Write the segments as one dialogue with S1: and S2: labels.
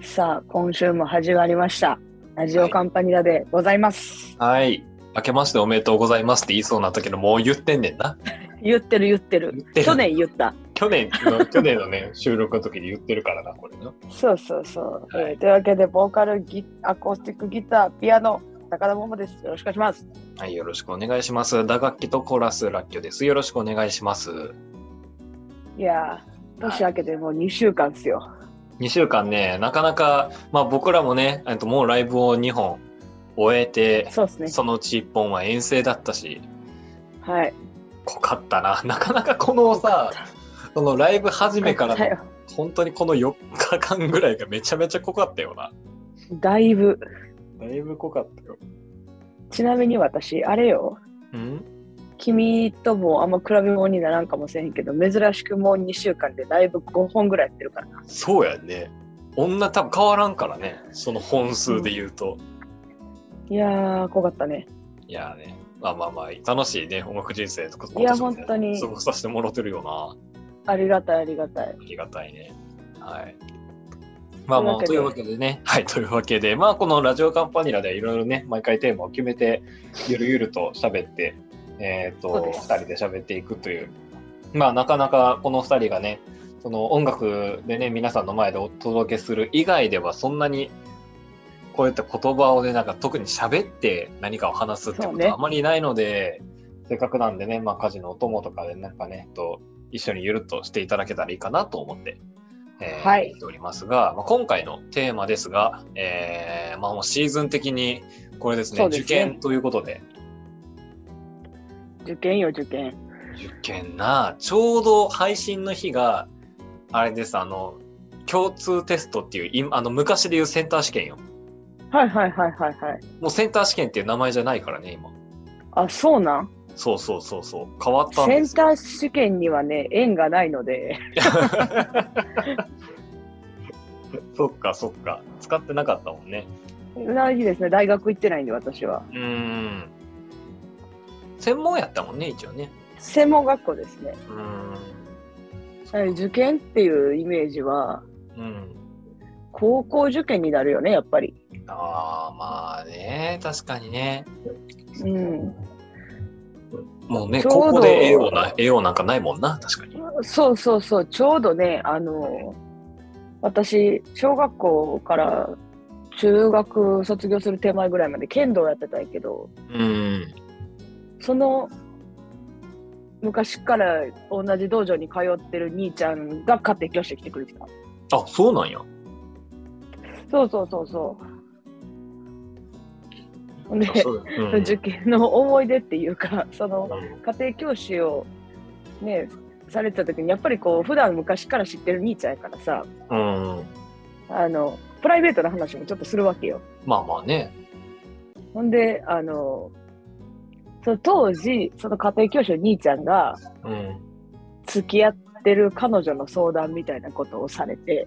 S1: さあ、今週も始まりました。ラジオカンパニラでございます。
S2: はい。明けましておめでとうございますって言いそうになったけど、もう言ってんねんな。
S1: 言ってる言ってる。
S2: 言ってる
S1: 去年言った。
S2: 去年 の、去年のね、収録の時に言ってるからな、これな。
S1: そうそうそう。
S2: はい
S1: えーというわけで、ボーカルギ、アコースティックギター、ピアノ、高田桃です。よろしくお願いします。
S2: はい、よろしくお願いします。打楽器とコーラス、ラッキョです。よろしくお願いします。
S1: いやー、年明けてもう2週間っすよ。
S2: 2週間ね、なかなか、まあ僕らもね、えっともうライブを2本終えて、
S1: そうですね。
S2: そのうち1本は遠征だったし、
S1: はい。
S2: 濃かったな。なかなかこのさ、そのライブ始めから
S1: だ
S2: の、
S1: よ
S2: 本当にこの4日間ぐらいがめちゃめちゃ濃かったよな。
S1: だいぶ。
S2: だいぶ濃かったよ。
S1: ちなみに私、あれよ。
S2: うん
S1: 君ともあんま比べ物にならんかもしれんけど、珍しくもう2週間でだいぶ5本ぐらいやってるから。
S2: そうやね。女多分変わらんからね。その本数で言うと。
S1: いやー、濃かったね。
S2: いやね。まあまあまあ、楽しいね。音楽人生とか、
S1: いや
S2: 今年もね
S1: 本当に
S2: 過ごさせてもらってるよな。
S1: ありがたい、ありがたい。
S2: ありがたいね。はい。まあまあ、
S1: と
S2: と
S1: い
S2: いうう
S1: わ
S2: わけでね。 はい、というわけで、まあこのラジオカンパニラではいろいろね、毎回テーマを決めて、ゆるゆると喋って、えっ、
S1: そう
S2: と、
S1: です
S2: 二人で喋っていくという。まあなかなかこの二人がね、その音楽でね、皆さんの前でお届けする以外では、そんなにこういった言葉をね、なんか特に喋って何かを話すってこ
S1: そう
S2: と
S1: ね
S2: はあまりないので、せっかくなんでね、まあ家事のお供とかでなんかね、と一緒にゆるっとしていただけたらいいかなと思って、えー
S1: はい
S2: やっておりますが、まあ、今回のテーマですが、えーまあもうシーズン的にこれですね、
S1: そうです
S2: 受
S1: ね
S2: 験ということで、
S1: 受験よ、受験。
S2: 受験なちょうど配信の日があれですあの共通テストっていう今あの昔でいうセンター試験よ
S1: はいはいはいはいはい。
S2: もうセンター試験っていう名前じゃないからね今
S1: あ、そうなん
S2: そうそうそうそう変わったん
S1: セ
S2: で
S1: ン
S2: す
S1: タ
S2: よ
S1: ー試験にはね、縁がないので、
S2: そっかそっか使ってなかったもんね
S1: ないですね、大学行ってないんで、私は。
S2: うーん専門やったもんね一応ね
S1: 専門学校ですね
S2: う。ーん
S1: なので受験っていうイメージは、
S2: うん
S1: 高校受験になるよね、やっぱり。
S2: あーまあね確かにね
S1: うん。
S2: もうね
S1: ちょうど
S2: ここで栄養な栄養なんかないもんな確かに
S1: そうそうそう、ちょうどね、あの、私、小学校から中学卒業する手前ぐらいまで剣道やってたんやけど、
S2: うん
S1: その昔から同じ道場に通ってる兄ちゃんが家庭教師で来てくれてた。
S2: あそうなんや
S1: そうそうそうそう。ほんで、
S2: そうう んうん
S1: 受験の思い出っていうか、その家庭教師をね、されてた時に、やっぱりこう、普段昔から知ってる兄ちゃんやからさ、
S2: うん、
S1: あの、プライベートな話もちょっとするわけよ。
S2: まあまあね。
S1: ほんで、あの、その当時、その家庭教師の兄ちゃんが
S2: うん、
S1: 付き合ってる彼女の相談みたいなことをされて、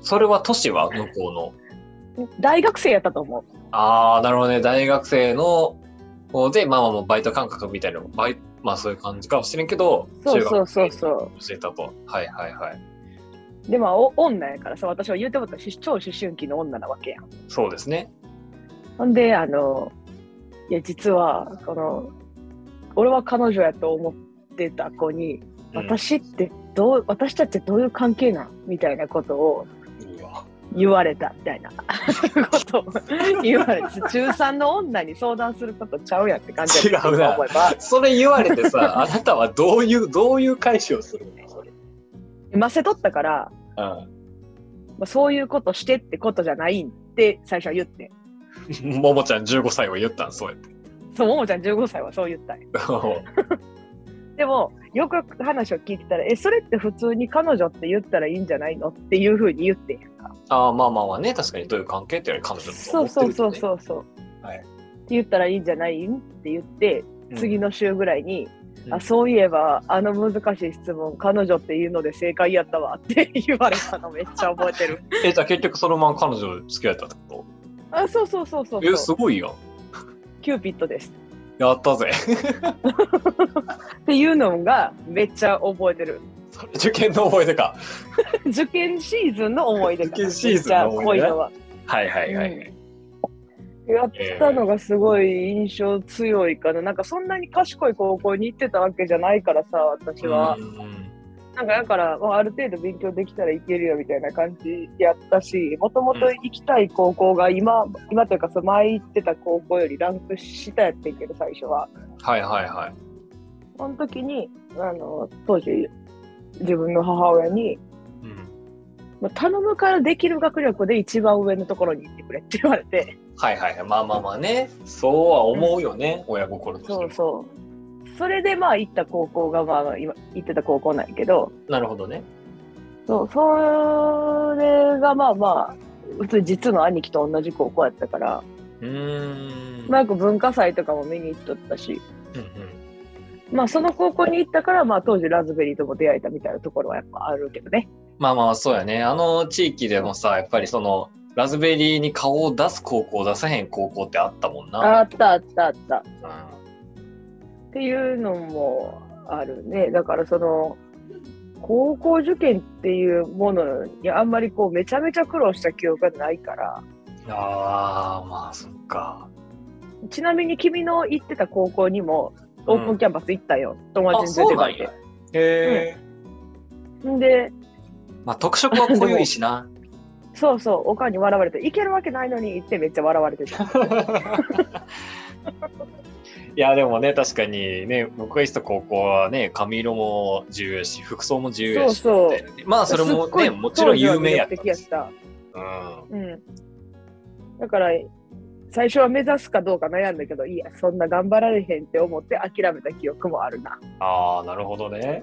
S2: それは都市は向こうの。
S1: 大学生やったと思う。
S2: ああ、なるほどね。大学生の方で、まあまあもうバイト感覚みたいな、バイまあそういう感じかもしれんけど、
S1: そうそうそう
S2: う。
S1: そ
S2: 教えたと。はいはいはい。
S1: う。でも、お女やからさ、私は言うてもったらし超思春期の女なわけやん。
S2: そうですね。
S1: ほんで、あの、いや、実は、この、俺は彼女やと思ってた子に、
S2: うん
S1: 私ってどう、私たちってどういう関係なんみたいなことを
S2: いいわ
S1: 言われたみたいなことを言われて、中3の女に相談することちゃうやんって感じやった
S2: 違うな
S1: 今思えば、
S2: それ言われてさ、 あなたはどういう、どういう返しをするのそれ。
S1: ませとったから、まあ、そういうことしてってことじゃないって最初は言って。
S2: うん。ももちゃん15歳は言ったん、そうや って。
S1: そう、ももちゃん15歳はそう言ったんよでも、よくよく話を聞いてたら、え、それって普通に彼女って言ったらいいんじゃないのっていうふうに言ってんやんか。
S2: ああ、まあまあまあね。確かにどういう関係ってより彼女だと
S1: そ
S2: 思
S1: う
S2: ってる
S1: そ
S2: けどね、
S1: うそうそうそう。
S2: はい
S1: って言ったらいいんじゃないんって言って、
S2: うん
S1: 次の週ぐらいに、
S2: うん
S1: あ、そういえば、あの難しい質問、彼女っていうので正解やったわって言われたのめっちゃ覚えてる。
S2: え、じゃあ結局そのまま彼女付き合えたってこ
S1: あ、そうそうそうそ
S2: と
S1: う
S2: え、
S1: そ
S2: す
S1: う。
S2: ごいやん。
S1: キューピッドです。
S2: やったぜ。
S1: っていうのがめっちゃ覚えてる。
S2: それ 受験の思い出か。
S1: 受験シーズンの思い出かな
S2: 受験シーズンの思い出
S1: めっちゃ濃いのは
S2: はいはいはいはい。
S1: うんやったのがすごい印象強いかな、なんかそんなに賢い高校に行ってたわけじゃないからさ、私は。
S2: うん
S1: なんかだから、まあ、ある程度勉強できたらいけるよみたいな感じやったし、もともと行きたい高校が今、今というか、その前行ってた高校よりランク下やってんけど、最初は。
S2: はいはいはい。
S1: その時に、あの当時、自分の母親に、
S2: うん
S1: もう頼むからできる学力で一番上のところに行ってくれって言われて。
S2: はいはいはい。まあまあまあね。そうは思うよね。親心として
S1: そう
S2: は。
S1: そう。それでまあ行った高校がまあ今行ってた高校なんやけど、
S2: なるほどね。
S1: そう、それがまあまあ、普通に実の兄貴と同じ高校やったから、
S2: うーん。
S1: まあ、よく文化祭とかも見に行っとったし、
S2: うんうん
S1: まあその高校に行ったから、まあ当時ラズベリーとも出会えたみたいなところはやっぱあるけどね。
S2: まあまあそうやね。あの地域でもさ、やっぱりその、ラズベリーに顔を出す高校、出さへん高校ってあったもん
S1: あ
S2: な。
S1: ったあったあった。っ
S2: うん
S1: ていうのもあるね。だからその、高校受験っていうものにあんまりこうめちゃめちゃ苦労した記憶がないから、
S2: ああ、まあそっか。
S1: ちなみに君の行ってた高校にもオープンキャンパス行ったよ、友
S2: あ、
S1: 達に出
S2: そう
S1: てた
S2: なんんや
S1: で。。
S2: へえ。
S1: で
S2: まあ特色は濃いし な。
S1: そうそうおかんに笑われて「行けるわけないのに」ってめっちゃ笑われてた
S2: いやでもね確かにね僕が行ってた高校はね髪色も重要やし服装も重要やし
S1: そうそう
S2: みたいなねまあそれも
S1: すっご
S2: ね
S1: い
S2: もちろん有名やった
S1: 当
S2: ん
S1: 時は
S2: で
S1: 魅力
S2: す
S1: 的やった
S2: うん
S1: うんだから最初は目指すかどうか悩んだけどいやそんな頑張られへんって思って諦めた記憶もあるな
S2: ああなるほどね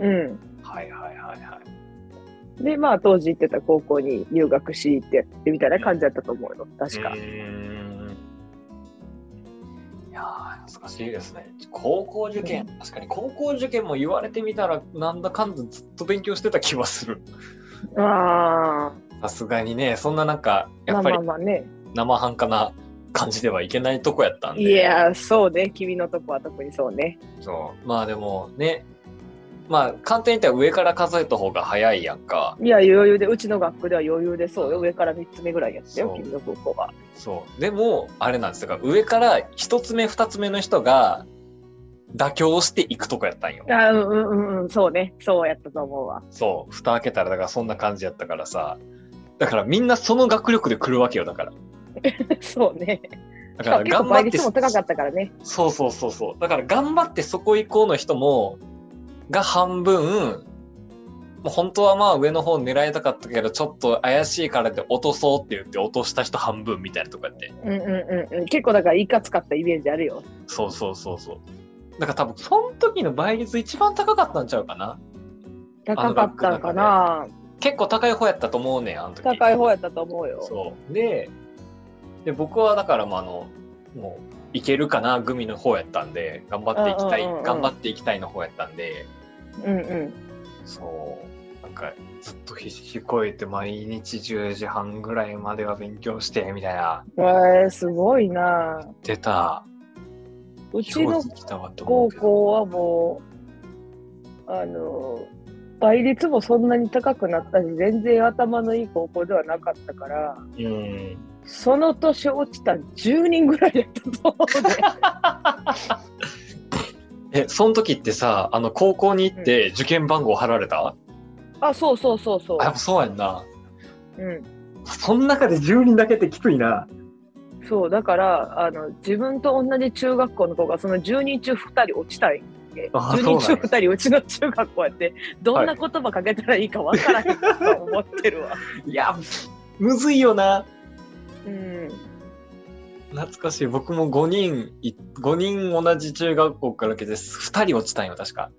S1: うん
S2: はいはいはいはい
S1: でまあ当時行ってた高校に入学しってやってみたいな感じだったと思うよ確か
S2: うーんいやー懐かしいですね高校受験、確かに高校受験も言われてみたらなんだかんだずっと勉強してた気はする
S1: あ
S2: さすがにねそんななんか
S1: あ
S2: や
S1: ま
S2: っ
S1: あ
S2: ぱ
S1: ま
S2: り
S1: あまあね
S2: 生半可な感じではいけないとこやったんで
S1: いやそうね君のとこは特にそうね
S2: そうまあでもねまあ簡単に言ったら上から数えた方が早いやんか
S1: いや、余裕で、うちの学区では余裕でそうよ。上から3つ目ぐらいやったよ
S2: そ、う
S1: 君の高校は。
S2: そうでもあれなんですよ上から1つ目2つ目の人が妥協していくとこやったんよ
S1: あうんうんうんうん、そうね。そうやったと思うわ。
S2: そう蓋開けたらだからそんな感じやったからさだからみんなその学力で来るわけよだから
S1: そうね。
S2: だ
S1: し
S2: か
S1: からも結構
S2: 頑張
S1: 倍
S2: って
S1: 率も高かったからね。
S2: そうそうそうそうだから頑張ってそこ行こうの人もが半分もう本当はまあ上の方狙いたかったけどちょっと怪しいからって落とそうって言って落とした人半分みたいなとこやって
S1: うんうんうんうん。結構だから、いかつかったイメージあるよ。
S2: そうそうそうそうだから多分その時の倍率一番高かったんちゃうかな
S1: 高かったんかな。
S2: 結構高い方やったと思うねんあの時
S1: 高い方やったと思うよ。
S2: そうでで僕はだからまああのもういけるかなグミの方やったんで頑張っていきたい、
S1: うんうんうんうん
S2: 頑張っていきたいの方やったんで
S1: うんうん。
S2: そうなんかずっと必死こいて毎日10時半ぐらいまでは勉強してみたいな
S1: えー、すごいな。
S2: 出た
S1: うちの
S2: 来たわと思
S1: 高
S2: うけど
S1: 校はもう、あの、倍率もそんなに高くなったし、全然頭のいい高校ではなかったから。
S2: うん
S1: その年落ちた10人ぐらいだったと思うね
S2: えその時ってさあの高校に行って受験番号貼られた、
S1: あ、そうそうそうそ
S2: あやっぱそうやんな
S1: う。うん。
S2: その中で10人だけってきついな
S1: そう、だから、あの、自分と同じ中学校の子が、その10人中2人落ちたい。
S2: あ
S1: 10人中2人うちの中学校やってどんな言葉かけたらいいかわからへんと思ってるわ、
S2: いやむずいよな
S1: うん
S2: 懐かしい僕も5人い5人同じ中学校から来て2人落ちたんよ確か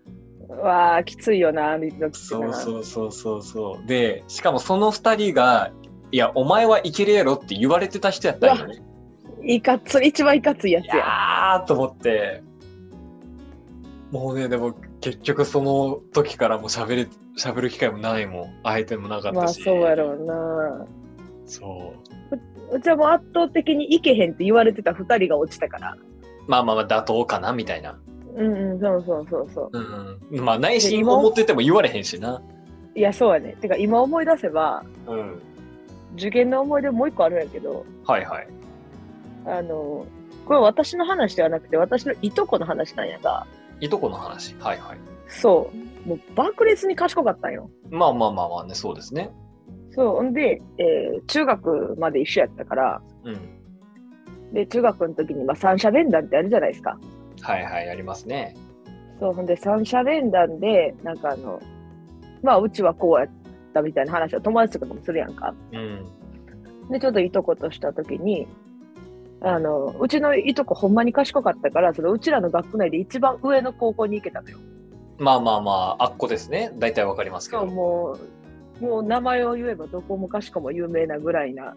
S1: うわあきついよな水野吉
S2: そう
S1: な
S2: そうそうそうそうでしかもその2人が「いやお前はいけるやろ」って言われてた人やったんよね
S1: いかつ一番いかついやつ
S2: い
S1: や
S2: やーと思ってもうねでも結局その時からもう喋れ喋る機会もないもん相手もなかっ
S1: ま
S2: た
S1: あ
S2: し、
S1: そうやろうな
S2: そう
S1: うちはもう圧倒的にいけへんって言われてた2人が落ちたから
S2: まあまあまあ妥当かなみたいな
S1: うんうん、そうそうそうそう。
S2: うんうん、まあ内心思ってても言われへんしな。
S1: いや、そうやね。てか、今思い出せば、
S2: うん。
S1: 受験の思い出もう一個あるんやけど、
S2: はいはい。
S1: あの、これ私の話ではなくて、私のいとこの話なんやが、
S2: いとこの話。はいはい。
S1: そう、もう爆裂に賢かったんよ。
S2: まあまあまあまあね、そうですね。
S1: そう、ほんで、えー中学まで一緒やったから、
S2: うん。
S1: で、中学の時に、まあ、三者連弾ってあるじゃないですか。
S2: はいはい、やりますね。
S1: そう、ほんで、三者連弾で、なんかあの、まあ、うちはこうやったみたいな話を友達とかでもするやんか。
S2: うん。
S1: で、ちょっといとことした時に、あの、うちのいとこほんまに賢かったから、そのうちらの学区内で一番上の高校に行けたのよ。
S2: まあまあまあ、あっこですね。大体わかります
S1: し
S2: け
S1: か
S2: ど。
S1: ももう、もう名前を言えばどこもかしこも有名なぐらいな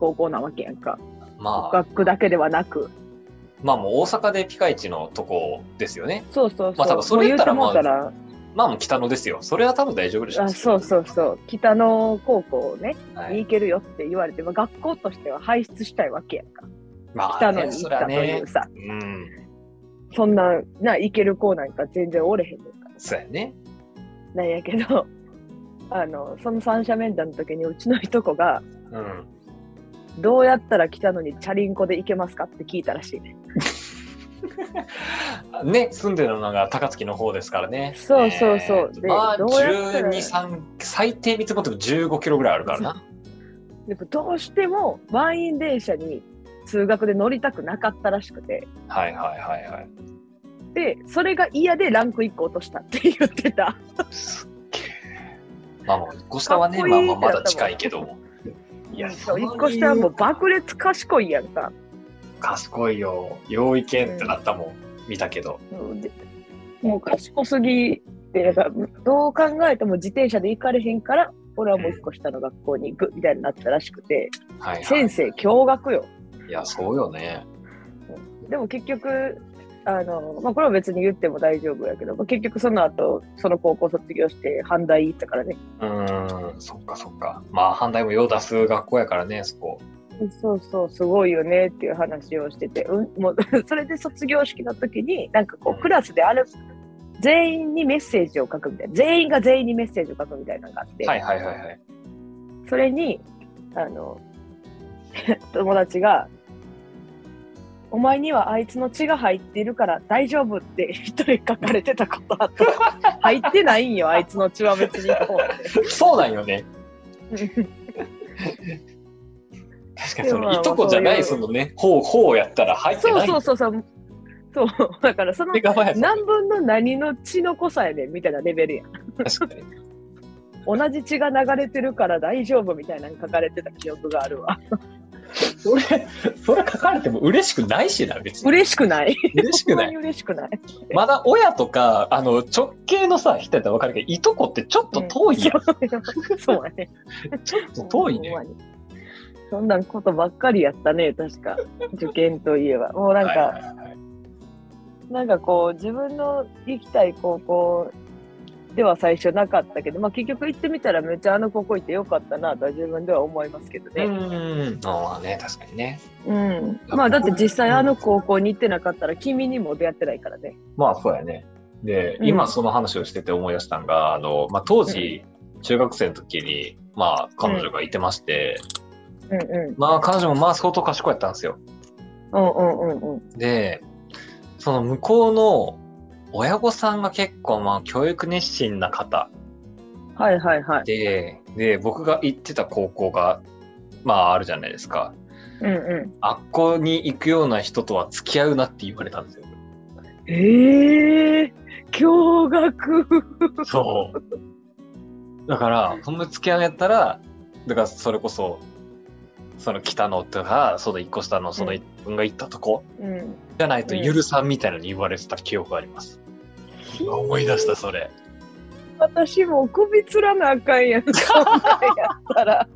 S1: 高校なわけやんか。
S2: まあ、
S1: 学区だけではなく。
S2: まあもう大阪でピカイチのとこですよね。
S1: そうそうそう。
S2: まあ多分それやったら
S1: もう言うてもう
S2: まあもう北野ですよ。それは多分大丈夫でしたょ
S1: らあそうそうそう。北野高校ね、
S2: はい
S1: に行けるよって言われて、まあ、学校としては排出したいわけやんか。
S2: ま
S1: 北
S2: あ、
S1: 野
S2: ね、
S1: に行
S2: そ
S1: っ
S2: れ
S1: た
S2: は
S1: とい
S2: ね
S1: う。さ、
S2: うん。
S1: そんな、な、行ける子なんか全然おれへんねんから。
S2: そうやね。
S1: なんやけど、 あの、その三者面談の時にうちのいとこが、
S2: うん。
S1: どうやったら北野にチャリンコで行けますかって聞いたらしいね。
S2: ね、住んでるのが高槻の方ですからね。
S1: そうそうそう
S2: えー
S1: で
S2: まあ、
S1: どうやったら
S2: 12、3、最低見積もっても15キロぐらいあるからな。
S1: でもどうしても満員電車に通学で乗りたくなかったらしくて、
S2: はいはいはいはい。
S1: で、それが嫌でランク1個落としたって言ってた。
S2: すっげえ。まあまあ、一個下はね、
S1: かっこいい
S2: まあまあまだ近いけども。いや、
S1: そう
S2: の
S1: 1個下はもう爆裂賢いやんか。
S2: 賢いよ。よういけんってなったもん。見たけど。
S1: うんでもう賢すぎて、だからどう考えても自転車で行かれへんから、俺はもう1個下の学校に行くみたいになったらしくて、
S2: はい、はい。
S1: 先生驚愕よ。
S2: いや、そうよね。
S1: でも結局あの、まあ、これは別に言っても大丈夫やけど、まあ、結局その後その高校卒業して阪大行ったからね
S2: うーん、そっかそっか。まあ、反対も用出す学校やからね、そこ。
S1: そうそうすごいよねっていう話をしてて、うん、もう それで卒業式の時になんかこうクラスである全員にメッセージを書くみたいな全員が全員にメッセージを書くみたいなのがあって、
S2: はいはいはいはい。
S1: それにあの 友達が「お前にはあいつの血が入っているから大丈夫」って一人書かれてたことあった 入ってないんよあいつの血は別にと思って
S2: そうなんよね。確かにそ
S1: でもま
S2: の
S1: あ
S2: いとこじゃな
S1: そうい
S2: いうそのね、ほうほうやったら入って
S1: そ
S2: な
S1: う
S2: い。
S1: そううそうそうそうだからその
S2: 側や
S1: 何分の何の血の濃さやねんみたいなレベルやん
S2: 確かに。
S1: 同じ血が流れてるから大丈夫みたいなの書かれてた記憶があるわ
S2: それ、それ書かれても嬉しくないしな、別 に。
S1: 嬉しくない
S2: 嬉しく
S1: 本当
S2: な
S1: に
S2: い。
S1: 嬉しくない
S2: まだ親とか、あの、直系のさ、人やったらわかるけど、いとこってちょっと遠いやん。
S1: うんそうそうやね
S2: ちょっと遠いね
S1: ほ。んまにそんなんことばっかりやったね、確か。受験といえば。もうなんか、
S2: はいはいはい
S1: なんかこう、自分の行きたい高校では最初なかったけど、まあ結局行ってみたらめっちゃあの高校行ってよかったなとは自分では思いますけど
S2: う
S1: ね。
S2: ーん。まあね、確かにね。
S1: うん。まあだって実際あの高校に行ってなかったら君にも出会ってないからね。
S2: まあそうやね。で、
S1: うん
S2: 今その話をしてて思い出したのが、あの、まあ当時、中学生の時に、まあ彼女がいてまして、
S1: うんう
S2: まあ彼女もまあ相当賢いやったんですよ。
S1: ん。うんうんうんうん。
S2: で、その向こうの親御さんが結構まあ教育熱心な方
S1: はいはいはい。
S2: で、で、僕が行ってた高校が、まああるじゃないですか。
S1: うんう
S2: あっこに行くような人とは付き合うなって言われたんですよ。
S1: ん。ええー、驚愕。
S2: そう。だから、ほんま付き合うんやったら、だからそれこそ、その北野とか、その一個下のその自分が行ったとこ
S1: うん。
S2: じゃないと許さんみたいなのに言われてた記憶があります。今思い出した、それ。
S1: 私も首つらなあかんやん、そんなんやったら。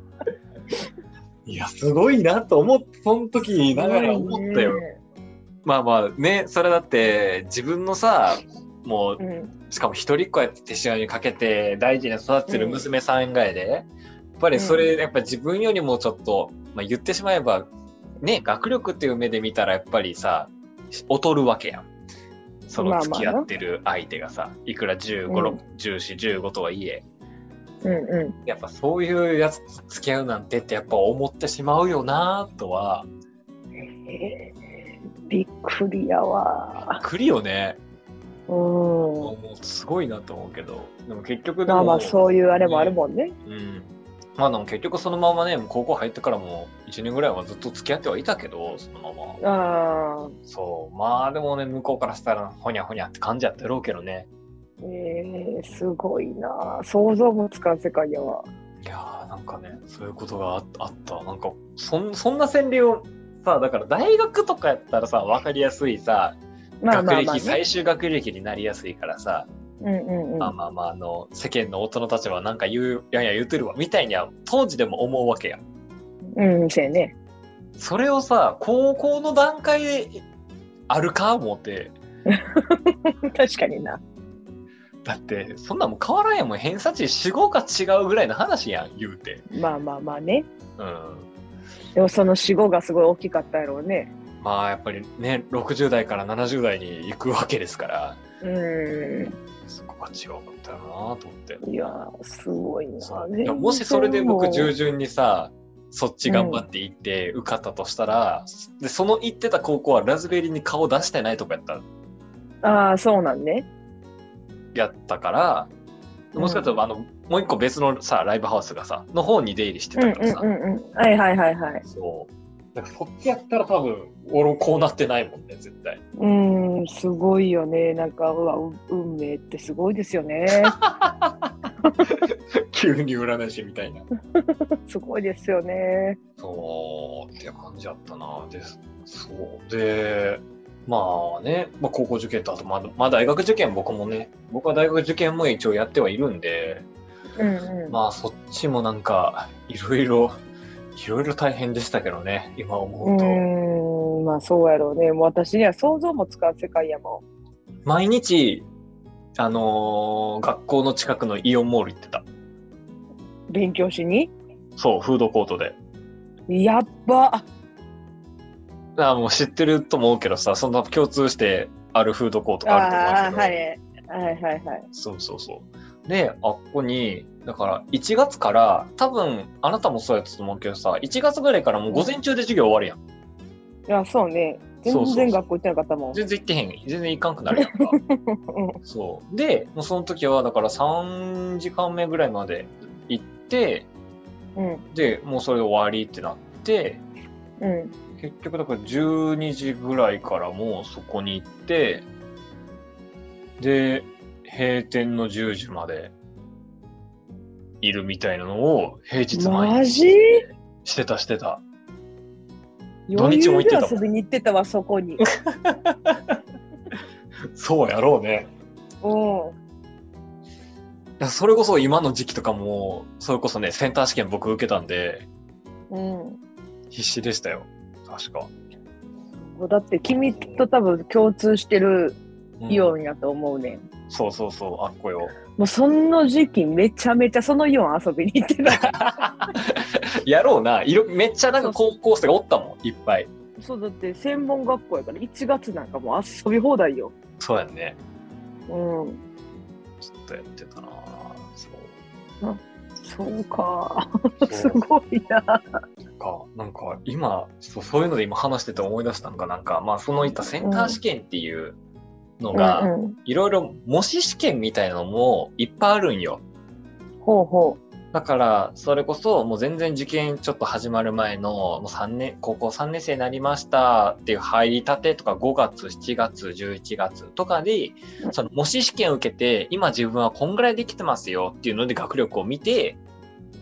S2: いや、すごいなと思って、その時にながら思ったよ。まあまあね、それだって自分のさ、もう
S1: すごいね。うん
S2: しかも一人っ子やって手塩にかけて大事に育ててる娘さん以外で、やっぱりそれ、やっぱ自分よりもちょっと、まあ、言ってしまえばね学力っていう目で見たらやっぱりさ劣るわけやんその付き合ってる相手がさいくら1 5
S1: うん
S2: 6 1 4 1 5とはいえ
S1: うんう
S2: やっぱそういうやつと付き合うなんてってやっぱ思ってしまうよなとは
S1: ん。えー、びっくりやわ。
S2: あくりよね
S1: うん。
S2: もうすごいなと思うけどでも結局で
S1: まあ
S2: も
S1: まあ、そういうあれもあるもんね。
S2: うんまあでも結局そのままねもう高校入ってからも1年ぐらいはずっと付き合ってはいたけどそのまま
S1: ああ。
S2: そうまあでもね向こうからしたらほにゃほにゃって感じやったろうけどね
S1: えー、すごいな。想像もつかん世界やわ。
S2: いやーなんかねそういうことがああったなんかそんそんな川柳をさだから大学とかやったらさ分かりやすいさ
S1: まあ
S2: 学歴、
S1: まあまあ、ね。
S2: 最終学歴になりやすいからさ、
S1: うんうんうん。
S2: まあまあまああの世間の大人たちはなんか言うやんや言うてるわみたいには当時でも思うわけや
S1: うん、せやね。
S2: それをさ高校の段階であるか思って
S1: 確かにな。
S2: だってそんなんもう変わらんやんもう偏差値死後が違うぐらいの話やん言うて
S1: まあまあまあね。
S2: うん
S1: でもその死後がすごい大きかったやろうね。
S2: まあやっぱりね60代から70代に行くわけですから
S1: う
S2: そこが違うかったよなと思って
S1: ん。いやー、すごい
S2: そ
S1: な。
S2: ういやもしそれで僕従順にさそっち頑張って行って受かったとしたら、でその行ってた高校はラズベリーに顔出してないとかやった
S1: ああ、そうなんね。
S2: やったからもしかしたらあのもう一個別のさライブハウスがさの方に出入りして
S1: うんうん
S2: たからさ、
S1: うんうん。はいはいはいはい。
S2: そうだからそっちやったら多分俺もこうなってないもんね絶対
S1: うーん、すごいよね。なんか、うわ、う運命ってすごいですよ ね。
S2: 急に占い師みたいな
S1: すごいですよね。
S2: そうって感じやったなですそうでまあね、まあ、高校受験とあとまだ、まあ、大学受験僕もね僕は大学受験も一応やってはいるんで
S1: うんうん。
S2: まあそっちもなんかいろいろいろいろ大変でしたけどね今
S1: う
S2: 思うと。
S1: ーん、まあそうやろうね。もう私には想像もつかん世界やもん。
S2: 毎日、あのー学校の近くのイオンモール行ってた。
S1: 勉強しに
S2: そう、フードコートで。
S1: やっば
S2: あもう知ってると思うけどさ、そんな共通してあるフードコートがあ
S1: あ
S2: る
S1: あ、
S2: と思うけど。
S1: はい。はいはいはい。
S2: そうそうそう。で、あっこに、だから1月から、多分あなたもそうやったと思うけどさ、1月ぐらいからもう午前中で授業終わるやん。
S1: いや、そうね。
S2: そ
S1: 全
S2: うそうそ
S1: 然
S2: う
S1: 学校行ってなかったもん。
S2: 全然行ってへん。全然行かんくなるやんか。 そう。で、もうその時は、だから3時間目ぐらいまで行って、
S1: うん。
S2: で、もうそれで終わりってなって、
S1: うん。
S2: 結局だから12時ぐらいからもうそこに行ってで閉店の10時までいるみたいなのを平日毎
S1: マジ
S2: 日してたしてた土
S1: 余
S2: 日も行
S1: 裕で
S2: ってたもん
S1: 遊びに行ってたわ、そこに。
S2: そうやろうね
S1: うん。
S2: それこそ今の時期とかもそれこそねセンター試験僕受けたんで
S1: うん
S2: 必死でしたよ確か、
S1: だって君と多分共通してる
S2: うん
S1: イオンやと思うね、ん、
S2: そうそうそうあっこよ
S1: もうその時期めちゃめちゃそのイオン遊びに行ってた
S2: やろうないろめっちゃなんか高校生がおったもんいっぱい
S1: そうだって専門学校やから1月なんかもう遊び放題よ
S2: そうやんね
S1: うん
S2: ずっとやってたなそう
S1: そうか
S2: そ
S1: す
S2: う
S1: ごいな
S2: か、なんか今そう、そういうので今話してて思い出したのが、なんか、まあ、そのいったセンター試験っていうのが、
S1: うんうん、
S2: いろいろ模試試験みたいなのもいっぱいあるんよ。
S1: ほうほ
S2: だから、それこそ、もう全然受験ちょっと始まる前の、もう3年、高校3年生になりましたっていう入りたてとか、5月、7月、11月とかで、その模試試験を受けて、今自分はこんぐらいできてますよっていうので学力を見て、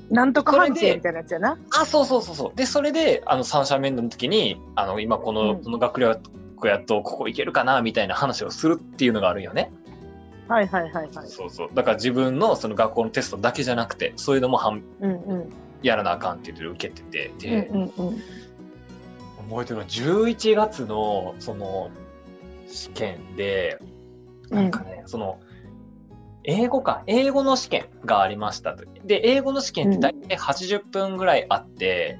S1: うなんとか判
S2: それ
S1: 定
S2: で
S1: みたいなやつやな
S2: あ、そうそうそうそう。で、それで、あの、三者面談の時に、あの、今こ
S1: う
S2: の、
S1: ん
S2: この学力やと、ここいけるかな、みたいな話をするっていうのがあるよね。
S1: はいはいはいはい
S2: そうそう。だから自分の、その学校のテストだけじゃなくて、そういうのもはん
S1: うんうん
S2: やらなあかんって言って受けてて、
S1: うん
S2: で、
S1: うんうん
S2: 覚えてるのは、11月の、その、試験で、なんかね、その、英語か、英語の試験がありましたと。で、英語の試験って大体80分ぐらいあって、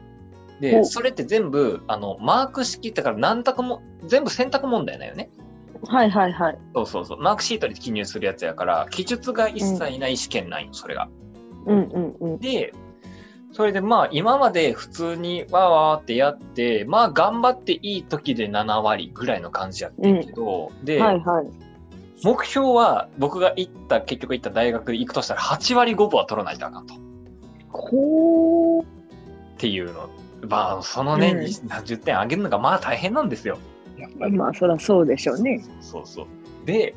S1: ほ
S2: で、
S1: う
S2: それって全部、あの、マーク式だから何択も、全部選択問題だよね。
S1: はいはいはい。
S2: そうそうそう。マークシートに記入するやつやから、記述が一切ない試験ないよ、それが。
S1: うんうんうん。
S2: で、それでまあ、今まで普通にわーわーってやって、まあ、頑張っていい時で7割ぐらいの感じやってんけど、で、
S1: はいはい。
S2: 目標は僕が行った、結局行った大学で行くとしたら8割5分は取らないとあかんと。っ
S1: こう。
S2: ていうの。まあ、そのね、
S1: うん
S2: 10点上げるのがまあ大変なんですよ。やっぱり。
S1: まあそりゃそうでしょうね。
S2: そうそうそう。で、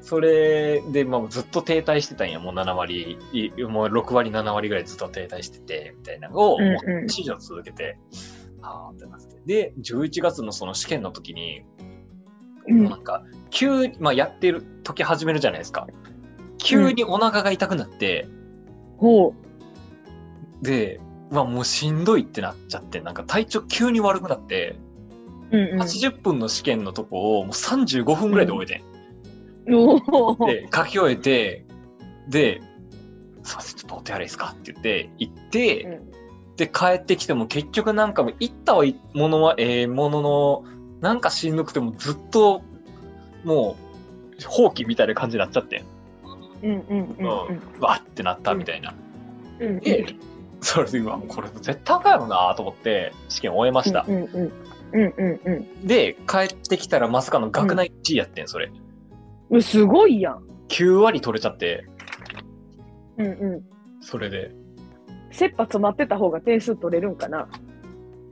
S2: それで、まあ、ずっと停滞してたんや、もう7割、いもう6割、7割ぐらいずっと停滞してて、みたいなのを、
S1: うんうん
S2: もう一年以上続けて、はあってなって。で、11月のその試験の時に、
S1: うん
S2: もうなんか、急に、まあ、やってる、解き始めるじゃないですか。急にお腹が痛くなって、
S1: ほ
S2: で、まあ、もうしんどいってなっちゃって、なんか体調急に悪くなって、
S1: う。うん
S2: 80分の試験のとこをもう35分ぐらいで終えてん
S1: うん。おお。
S2: で書き終えてで「すいませんちょっとお手洗いですか?」って言って行って、
S1: うん
S2: で帰ってきても結局なんかもう行ったはいいものはええもののなんかしんどくてもずっともう放棄みたいな感じになっちゃって
S1: うんうんうんうん。
S2: わってなったみたいな、
S1: うん
S2: でそれで今これ絶対あかんやろなと思って試験終えました、
S1: うんうんうんうんうん
S2: で帰ってきたらまさかの学内1位やってんそれ
S1: うん。すごいやん。
S2: 9割取れちゃって
S1: うんうん。
S2: それで
S1: 切羽詰まってた方が点数取れるんかな。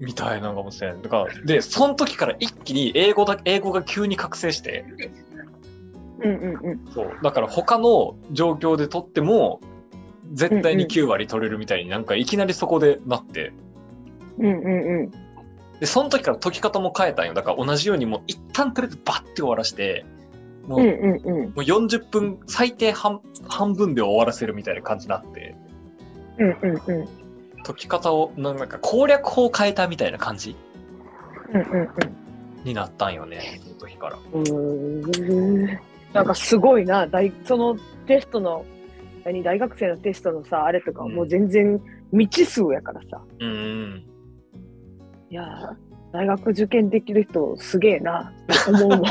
S2: みたいなのかもしれん。とか、で、その時から一気に英語だ、英語が急に覚醒して、
S1: うんうんうん。
S2: そう。だから他の状況で取っても、絶対に9割取れるみたいになんかいきなりそこでなって、
S1: うんうんうん。
S2: で、その時から解き方も変えたんよ。だから同じようにもう一旦とりあえずバッて終わらして、もう、
S1: うん
S2: も
S1: うんうん。
S2: う40分、最低半半分で終わらせるみたいな感じになって、
S1: うんうんうん。
S2: 解き方を、なんか攻略法を変えたみたいな感じ
S1: うんうん
S2: になったんよね、その時から。
S1: うん。なんかすごいな。大そのテストの何大学生のテストのさあれとかもう全然未知数やからさ。
S2: うん。
S1: いやー大学受験できる人すげえなって思う もん。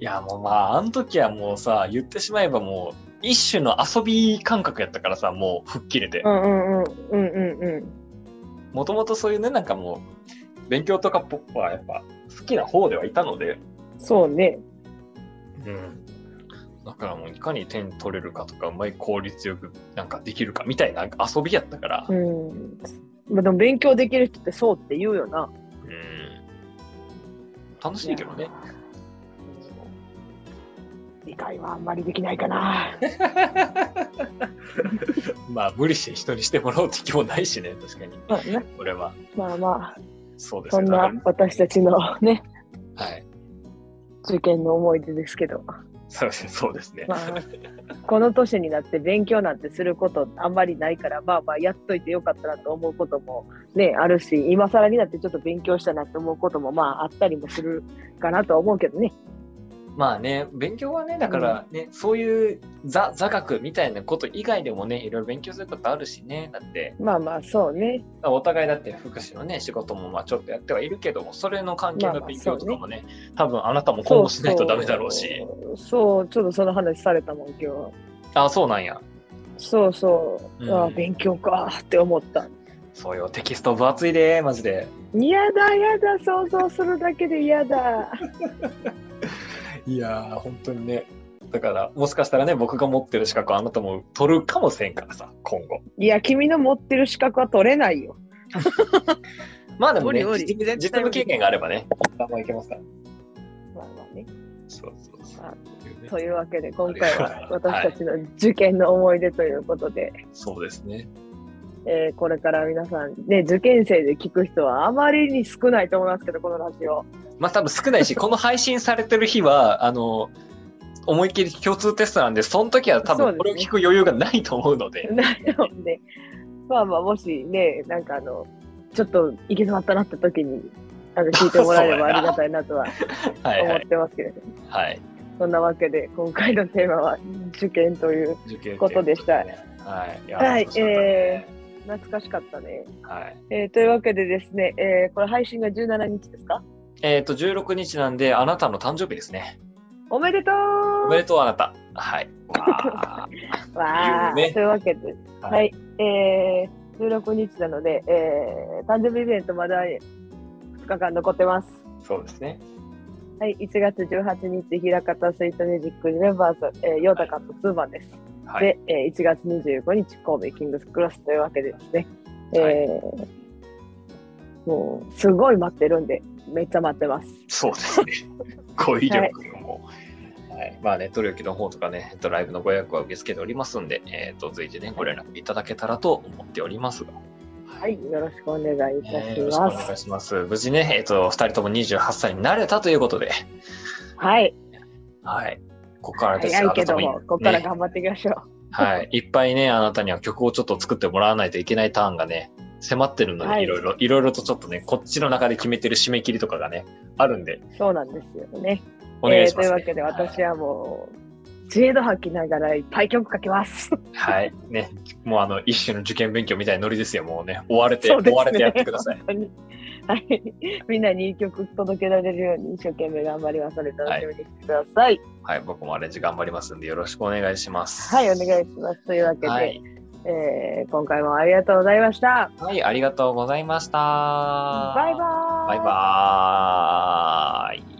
S2: いやもうまああの時はもうさ言ってしまえばもう一種の遊び感覚やったからさもう吹っ切れて
S1: うんうんうんうんうんうん。
S2: もともとそういうねなんかもう勉強とかポップはやっぱ好きな方ではいたので、
S1: そうね。
S2: うん、だからもういかに点取れるかとかうまい効率よくなんかできるかみたいな遊びやったから、
S1: う
S2: うん
S1: ん。まあ、でも勉強できる人ってそうって言うよな。
S2: 楽しいけどね
S1: 理解はあんまりできないかな。
S2: まあ無理して人にしてもらおうって気もないしね確かに
S1: まあね
S2: 俺は
S1: まあまあ、
S2: そうです
S1: そん
S2: よだか
S1: な私たちのね、
S2: らはい
S1: 受験の思い出ですけど。
S2: そう ですそうですね、
S1: まあ、この年になって勉強なんてすることあんまりないからまあまあやっといてよかったなと思うこともねあるし今更になってちょっと勉強したなって思うこともまああったりもするかなとは思うけどね。
S2: まあね、勉強はね、だからね、そういう座座学みたいなこと以外でもね、いろいろ勉強することあるしね、だって、
S1: まあまあそうね。
S2: お互いだって福祉のね、仕事もまあちょっとやってはいるけども、それの関係
S1: まあ
S2: の
S1: まあ
S2: 勉強とかもね、多分あなたも今後しないとダメだろうし、
S1: そうそうちょっとその話されたもん今日。
S2: あそうなんや。
S1: そうそう、
S2: うん
S1: ああ勉強かって思った。
S2: そうよ、テキスト分厚いで、マジで。
S1: 嫌だ嫌だ想像するだけで嫌だ。
S2: いやー、本当にね。だから、もしかしたらね、僕が持ってる資格をあなたも取るかもしれんからさ、今後。
S1: いや君の持ってる資格は取れないよ。
S2: まあでもね、
S1: 無理無理
S2: 実実務経験があればね、何もいけますから。
S1: まあまあね。
S2: そうそうそ
S1: あ
S2: う
S1: というわけで今回
S2: あり
S1: は
S2: がとうございま
S1: 私た
S2: す
S1: ちの受験の思い出ということで、
S2: そうですね。
S1: えーこれから皆さん、ね、受験生で聞く人はあまりに少ないと思いますけどこのラジオ
S2: まあ多分少ない し、この配信されてる日は、あの、思いっきり共通テストなんで、その時は多
S1: そうです
S2: 分
S1: ね
S2: これを聞く余裕がないと思うので、
S1: なのでまあまあもしねなんかあのちょっと行き詰まったなって時になんか聞いてもらえれば
S2: そう
S1: あ
S2: やな
S1: りがたいなとは
S2: はい
S1: 思
S2: は
S1: っ
S2: い。
S1: てますけれど、
S2: はい、
S1: そんなわけで今回のテーマは受験という
S2: 受験
S1: ことでした
S2: はい。や
S1: はい
S2: 楽し
S1: え
S2: かったね
S1: 懐かしかったね、
S2: はい。
S1: えーというわけでですね、えーこれ配信が17日ですか
S2: えっ、と、16日なんで、あなたの誕生日ですね。
S1: おめでとう
S2: おめでとう、あなた。 はい。わ
S1: わあ、
S2: 言うね
S1: というわけで、
S2: ー
S1: はい。えー、16日なので、えー、誕生日イベントまだ2日間残ってます。
S2: そうですね。
S1: はい、1月18日、平方スイートミュージックリメンバーズ、えー、ヨータカット2番です。
S2: はい。
S1: で、えー1月25日、神戸キングスクロスというわけでですね、えー
S2: は
S1: もう、すごい待ってるんで、めっちゃ待ってます。
S2: そうですね。 語彙力も。はい、まあね、トリオキの方とかね、えっとライブのご予約は受け付けておりますんで、えっ、と、随時ね、ご連絡いただけたらと思っておりますが。
S1: はい、よろしくお願いいた
S2: えー
S1: し
S2: よろしくお
S1: ま
S2: 願い
S1: す。
S2: します。無事ね、えっ、と、二人とも28歳になれたということで、
S1: はい、
S2: はい。ここからです
S1: 早いけど
S2: あなた
S1: も
S2: も、
S1: ここから頑張っていきましょう。
S2: はい。いっぱいね、あなたには曲をちょっと作ってもらわないといけないターンがね、迫ってるので、
S1: はい
S2: い、ろいろ、いろいろとちょっとね、こっちの中で決めてる締め切りとかがね、あるんで、
S1: そうなんですよね。
S2: お願いし
S1: えーという
S2: ます、ね
S1: わけで、
S2: は
S1: 私
S2: い
S1: はもう、知恵度吐きながらいっぱい曲かけます。
S2: はい。ね、もうあの、一種の受験勉強みたいなノリですよ、もうね。追われて、
S1: そうですね
S2: 追われてやってください。
S1: 本当にはい、みんなにいい曲届けられるように一生懸命頑張りますので楽しみにしてください。
S2: はい、僕もアレンジ頑張りますんで、よろしくお願いします。
S1: はい、お願いします。というわけで、
S2: はい。
S1: えー今回もありがとうございました。
S2: はい、ありがとうございました。
S1: バイバーイ。
S2: バイバーイ。